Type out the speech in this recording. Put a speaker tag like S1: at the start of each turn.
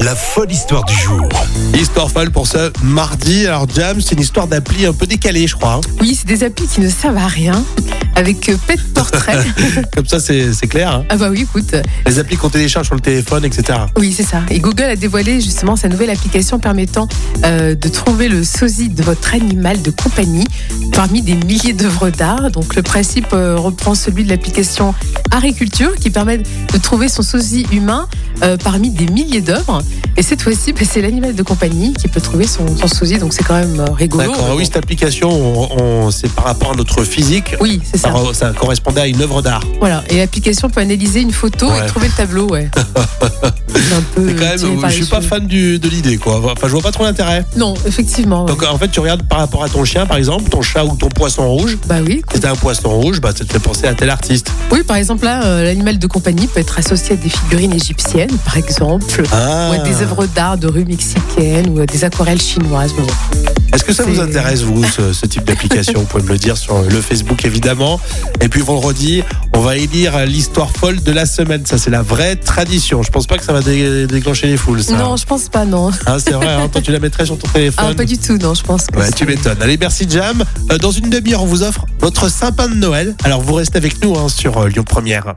S1: La folle histoire du jour.
S2: Histoire folle pour ce mardi. Alors Jam, c'est une histoire d'appli un peu décalée, je crois. hein.
S3: Oui, c'est des applis qui ne servent à rien. Avec euh, Pet Portrait.
S2: Comme ça, c'est c'est clair. hein.
S3: ah bah oui, écoute.
S2: Les applis qu'on télécharge sur le téléphone, etc.
S3: Oui, c'est ça. Et Google a dévoilé justement sa nouvelle application permettant euh, de trouver le sosie de votre animal de compagnie parmi des milliers d'œuvres d'art. Donc le principe euh, reprend celui de l'application Agriculture qui permet de trouver son sosie humain euh, parmi des milliers d'œuvres. Et cette fois-ci, bah, c'est l'animal de compagnie qui peut trouver son, son sosie. Donc c'est quand même euh, rigolo.
S2: D'accord. Oui, cette application, on- on- c'est par rapport à notre physique.
S3: Oui, c'est ça.
S2: Ça, re- ça correspondait à une œuvre d'art.
S3: Voilà, et l'application peut analyser une photo
S2: Ouais.
S3: et trouver le tableau, ouais. C'est un peu
S2: C'est quand
S3: tiré
S2: même,
S3: par
S2: je
S3: les
S2: suis pas
S3: cheveux.
S2: fan du- de l'idée, quoi. Enfin, je vois pas trop l'intérêt.
S3: Non, effectivement. ouais.
S2: Donc, en fait, tu regardes par rapport à ton chien, par exemple, ton chat ou ton poisson rouge.
S3: bah oui.
S2: Si
S3: écoute.
S2: t'as un poisson rouge, bah, ça te fait penser à tel artiste.
S3: Oui, par exemple, là, euh, l'animal de compagnie peut être associé à des figurines égyptiennes, par exemple,
S2: Ah.
S3: ou à des œuvres d'art de rue mexicaine, ou à des aquarelles chinoises. bon.
S2: Est-ce que ça vous
S3: C'est-
S2: intéresse, vous, ce, ce type d'application Vous pouvez me le dire sur le Facebook, évidemment. Et puis vendredi, on va élire l'histoire folle de la semaine. Ça, c'est la vraie tradition. Je pense pas que ça va dé- déclencher les foules, ça.
S3: Non, je pense pas, non.
S2: Hein, c'est vrai, hein, toi, tu la mettrais sur ton
S3: Ah,
S2: téléphone.
S3: pas du tout, non, je pense que
S2: Ouais,
S3: c'est-
S2: Bah, tu m'étonnes. Allez, merci Jam. Euh, Dans une demi-heure, on vous offre votre sapin de Noël. Alors, vous restez avec nous hein, sur euh, Lyon Première.